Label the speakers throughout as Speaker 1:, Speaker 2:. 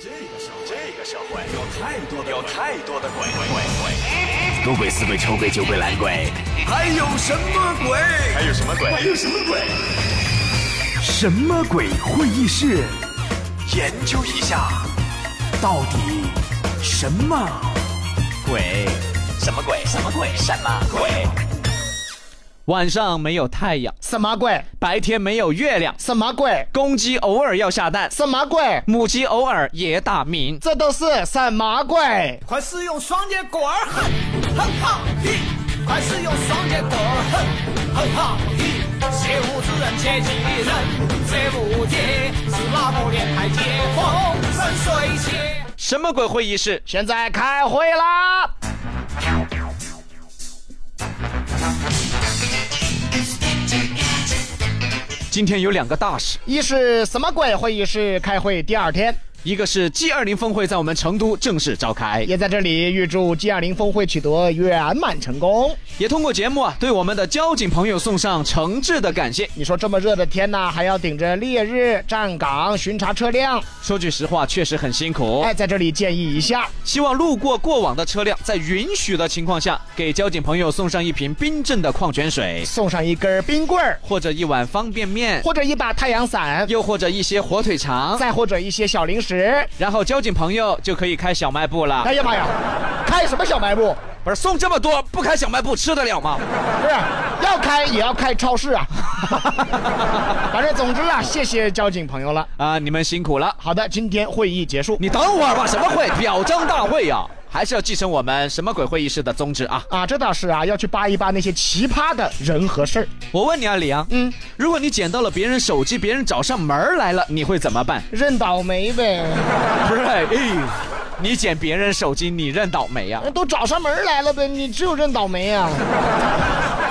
Speaker 1: 这个社会，这个社会有太多的有太多的鬼鬼鬼，
Speaker 2: 赌鬼、死鬼、丑鬼、酒鬼、懒鬼，
Speaker 1: 还有什么鬼？还有什么鬼？还有什么鬼？
Speaker 2: 什么鬼会议室？
Speaker 1: 研究一下，
Speaker 2: 到底什么鬼？
Speaker 1: 什么鬼？什么鬼？什么鬼？
Speaker 3: 晚上没有太阳，
Speaker 4: 什么鬼？
Speaker 3: 白天没有月亮，
Speaker 4: 什么鬼？
Speaker 3: 公鸡偶尔要下蛋，
Speaker 4: 什么鬼？
Speaker 3: 母鸡偶尔也打鸣。
Speaker 4: 这都是什么鬼？
Speaker 5: 快使用双截棍儿，哼哼哈嘿！快使用双截棍儿，哼哼哈嘿！切勿指人切记人，切勿贴是哪个电台接风生水切？
Speaker 3: 什么鬼会议室？
Speaker 4: 现在开会啦！
Speaker 3: 今天有两个大事，
Speaker 4: 一是什么鬼会议室开会第二天，
Speaker 3: 一个是 G 二零峰会在我们成都正式召开，
Speaker 4: 也在这里预祝 G 二零峰会取得圆满成功。
Speaker 3: 也通过节目啊，对我们的交警朋友送上诚挚的感谢。
Speaker 4: 你说这么热的天呐，还要顶着烈日站岗巡查车辆，
Speaker 3: 说句实话，确实很辛苦。哦
Speaker 4: 哎，在这里建议一下，
Speaker 3: 希望路过过往的车辆，在允许的情况下，给交警朋友送上一瓶冰镇的矿泉水，
Speaker 4: 送上一根冰棍儿，
Speaker 3: 或者一碗方便面，
Speaker 4: 或者一把太阳伞，
Speaker 3: 又或者一些火腿肠，
Speaker 4: 再或者一些小零食。
Speaker 3: 然后交警朋友就可以开小卖部了
Speaker 4: 哎。呀妈呀，开什么小卖部？
Speaker 3: 不是送这么多，不开小卖部吃得了吗？
Speaker 4: 不是，啊要开也要开超市啊。 反正总之啊，谢谢交警朋友了。
Speaker 3: 啊，你们辛苦了。
Speaker 4: 好的，今天会议结束。
Speaker 3: 你等会儿吧，什么会？表彰大会呀、还是要继承我们什么鬼会议室的宗旨啊！
Speaker 4: 啊，这倒是啊，要去扒一扒那些奇葩的人和事儿。
Speaker 3: 我问你啊，李阳，
Speaker 4: 嗯，
Speaker 3: 如果你捡到了别人手机，别人找上门儿来了，你会怎么办？
Speaker 4: 认倒霉呗，
Speaker 3: 不是，哎，你捡别人手机，你认倒霉呀、
Speaker 4: 人都找上门来了呗，你只有认倒霉啊！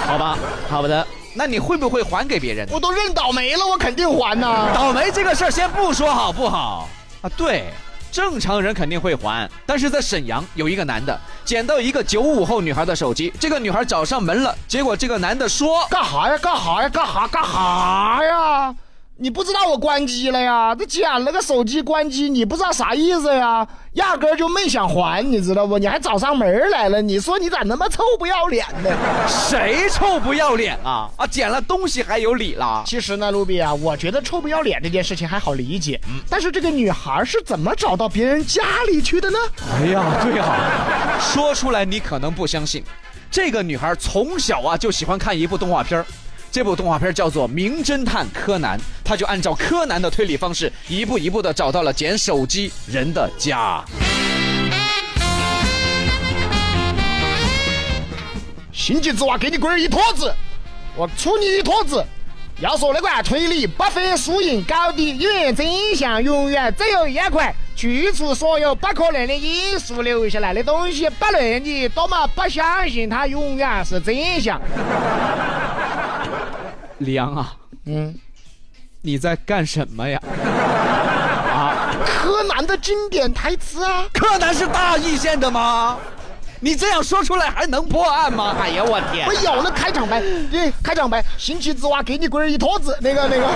Speaker 3: 好吧，好的，那你会不会还给别人？
Speaker 4: 我都认倒霉了，我肯定还呐、
Speaker 3: 倒霉这个事儿先不说好不好？啊，对，正常人肯定会还，但是在沈阳有一个男的捡到一个九五后女孩的手机，这个女孩找上门了，结果这个男的说，
Speaker 4: 干哈呀？干哈呀？干哈？干哈呀？你不知道我关机了呀？这捡了个手机关机，你不知道啥意思呀？压根儿就没想还，你知道不？你还找上门来了，你说你咋那么臭不要脸呢？
Speaker 3: 谁臭不要脸啊？啊，捡了东西还有理了？
Speaker 4: 其实呢，卢比啊，我觉得臭不要脸这件事情还好理解，但是这个女孩是怎么找到别人家里去的呢？
Speaker 3: 哎呀，对啊，说出来你可能不相信，这个女孩从小啊就喜欢看一部动画片儿。这部动画片叫做《名侦探柯南》，她就按照柯南的推理方式，一步一步的找到了捡手机人的家。
Speaker 4: 心急之娃，给你滚儿一坨子，我出你一坨子。要说那款推理，不分输赢高低，因为真相永远只有一款。去除所有不可能的因素留下来的东西，不论你多么不相信，它永远是真相。
Speaker 3: 李阳啊，
Speaker 4: 嗯，
Speaker 3: 你在干什么呀？
Speaker 4: 柯南的经典台词啊，
Speaker 3: 柯南是大义县的吗？你这样说出来还能破案吗？哎呀，我天
Speaker 4: 我！有了开场白，对，开场白，心急之娃，给你滚儿一坨子，那个那个。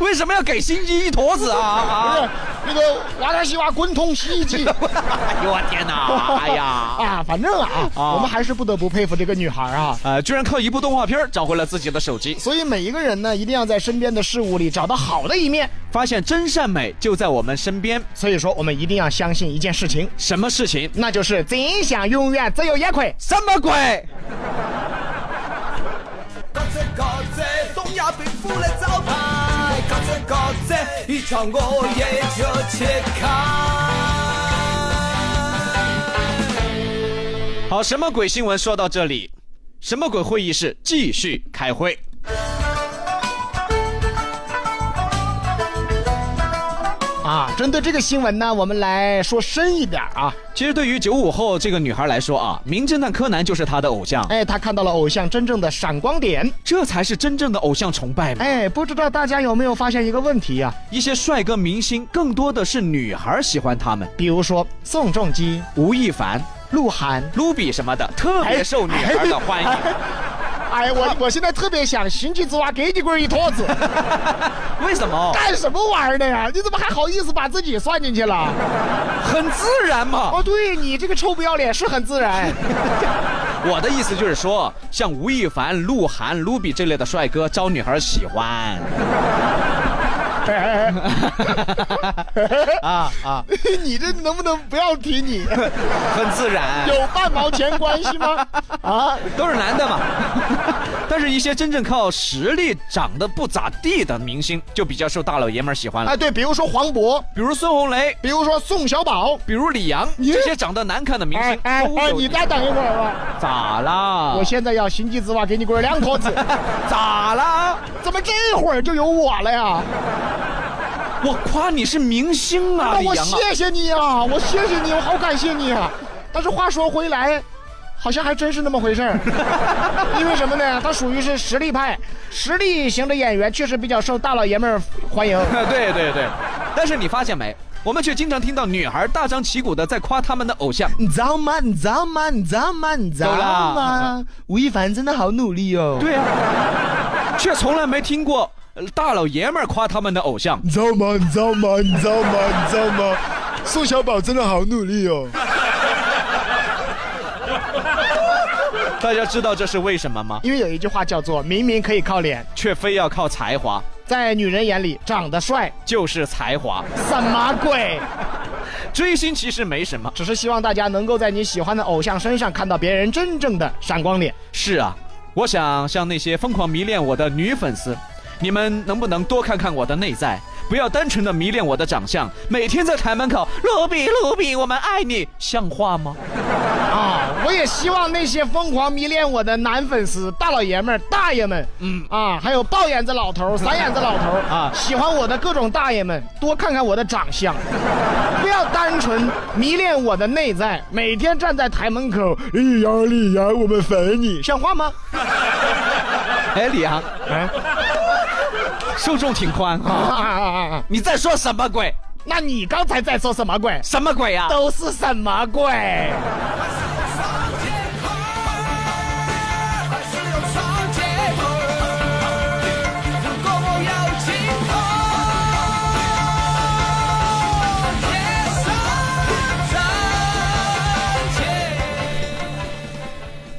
Speaker 3: 为什么要给心机一坨子啊？
Speaker 4: 不
Speaker 3: 啊
Speaker 4: 是！那个娃达西娃滚筒洗衣机。
Speaker 3: 哎呦，我天哪！哎呀！
Speaker 4: 啊，反正啊，
Speaker 3: 啊
Speaker 4: 我们还是不得不佩服这个女孩啊。
Speaker 3: 呃，居然靠一部动画片儿找回了自己的手机，
Speaker 4: 所以每一个人呢，一定要在身边的事物里找到好的一面。
Speaker 3: 发现真善美就在我们身边。
Speaker 4: 所以说，我们一定要相信一件事情，
Speaker 3: 什么事情？
Speaker 4: 那就是真相永远只有一块。
Speaker 3: 什么鬼？
Speaker 5: 各自各自，东亚病夫的招牌，各自各自，一场我也就切开。
Speaker 3: 好，什么鬼新闻说到这里，什么鬼会议室继续开会。
Speaker 4: 啊，针对这个新闻呢，我们来说深一点啊。
Speaker 3: 其实对于九五后这个女孩来说啊，《名侦探柯南》就是她的偶像，
Speaker 4: 哎，她看到了偶像真正的闪光点。
Speaker 3: 这才是真正的偶像崇拜嘛。
Speaker 4: 哎，不知道大家有没有发现一个问题啊呀、
Speaker 3: 一些帅哥明星更多的是女孩喜欢他们，
Speaker 4: 比如说宋仲基、
Speaker 3: 吴亦凡、
Speaker 4: 鹿晗，
Speaker 3: 卢比什么的，特别受女孩的欢迎。
Speaker 4: 哎，我我现在特别想寻去之蛙给你滚一坨子，
Speaker 3: 为什么？
Speaker 4: 干什么玩意儿的呀？你怎么还好意思把自己算进去了？
Speaker 3: 很自然嘛。
Speaker 4: 哦，对你这个臭不要脸是很自然。
Speaker 3: 我的意思就是说，像吴亦凡、鹿晗、卢比这类的帅哥招女孩喜欢。啊啊，
Speaker 4: 你这能不能不要提你？
Speaker 3: 很自然，
Speaker 4: 有半毛钱关系吗？啊，
Speaker 3: 都是男的嘛。 但是，一些真正靠实力长得不咋地的明星，就比较受大老爷们儿喜欢了
Speaker 4: 哎，，对，比如说黄渤，
Speaker 3: 比如孙红雷，
Speaker 4: 比如说宋小宝。
Speaker 3: 比如李阳，
Speaker 4: 你
Speaker 3: 这些长得难看的明啊
Speaker 4: 哎
Speaker 3: 星
Speaker 4: 哎
Speaker 3: 都
Speaker 4: 哎，
Speaker 3: 有
Speaker 4: 你再等一会儿吧，
Speaker 3: 咋啦？
Speaker 4: 我现在要心机之蛙给你滚两坨子，
Speaker 3: 咋啦？
Speaker 4: 怎么这会儿就有我了呀？
Speaker 3: 我夸你是明星啊，
Speaker 4: 那
Speaker 3: 李
Speaker 4: 我
Speaker 3: 阳啊。
Speaker 4: 谢谢你啊，我谢谢你，我好感谢你啊。但是话说回来，好像还真是那么回 事儿。因为什么呢？他属于是实力派，实力型的演员确实比较受大老爷们儿欢迎。
Speaker 3: 对对对，但是你发现没？我们却经常听到女孩大张旗鼓的在夸他们的偶像，
Speaker 6: 你知道吗？你知道吗？你知道吗？你知道
Speaker 3: 走
Speaker 6: 吗
Speaker 3: 啦？
Speaker 6: 吴亦凡真的好努力哦。
Speaker 3: 对啊，却从来没听过呃大老爷们儿夸他们的偶像。
Speaker 6: 你知道吗？你知道吗？你知道吗？你知道吗？宋小宝真的好努力哦。
Speaker 3: 大家知道这是为什么吗？
Speaker 4: 因为有一句话叫做“明明可以靠脸
Speaker 3: 却非要靠才华，”，
Speaker 4: 在女人眼里长得帅
Speaker 3: 就是才华。
Speaker 4: 什么鬼？
Speaker 3: 追星其实没什么。
Speaker 4: 只是希望大家能够在你喜欢的偶像身上看到别人真正的闪光点。
Speaker 3: 是啊，我想向那些疯狂迷恋我的女粉丝，你们能不能多看看我的内在？不要单纯的迷恋我的长相，每天在台门口，卢比卢比，我们爱你，像话吗？
Speaker 4: 啊，我也希望那些疯狂迷恋我的男粉丝、大老爷们儿、大爷们，嗯啊，还有豹眼子老头儿、散眼子老头儿
Speaker 3: 啊
Speaker 4: 啊， 喜欢我的各种大爷们，多看看我的长相，不要单纯迷恋我的内在，每天站在台门口，李阳李阳，我们粉你，像话吗？
Speaker 3: 哎，李阳，
Speaker 4: 哎
Speaker 3: 受众挺宽
Speaker 4: 啊
Speaker 3: 啊！
Speaker 4: 啊啊啊啊！
Speaker 3: 你在说什么鬼？
Speaker 4: 那你刚才在说什么鬼？
Speaker 3: 什么鬼啊？
Speaker 4: 都是什么鬼？
Speaker 5: 还是有双节棍儿如果我有尽头，也算真情。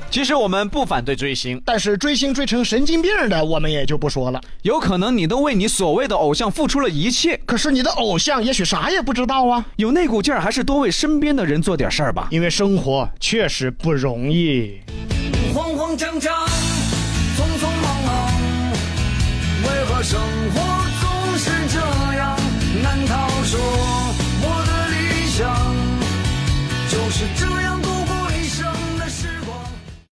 Speaker 3: 其实我们不反对追星，
Speaker 4: 但是追星追成神经病的，我们也就不说了。
Speaker 3: 有可能你都为你所谓的偶像付出了一切，
Speaker 4: 可是你的偶像也许啥也不知道啊。
Speaker 3: 有那股劲儿，还是多为身边的人做点事儿吧。
Speaker 4: 因为生活确实不容易。
Speaker 5: 慌慌张张，匆匆忙忙，为何生活总是这样？难道说我的理想就是这样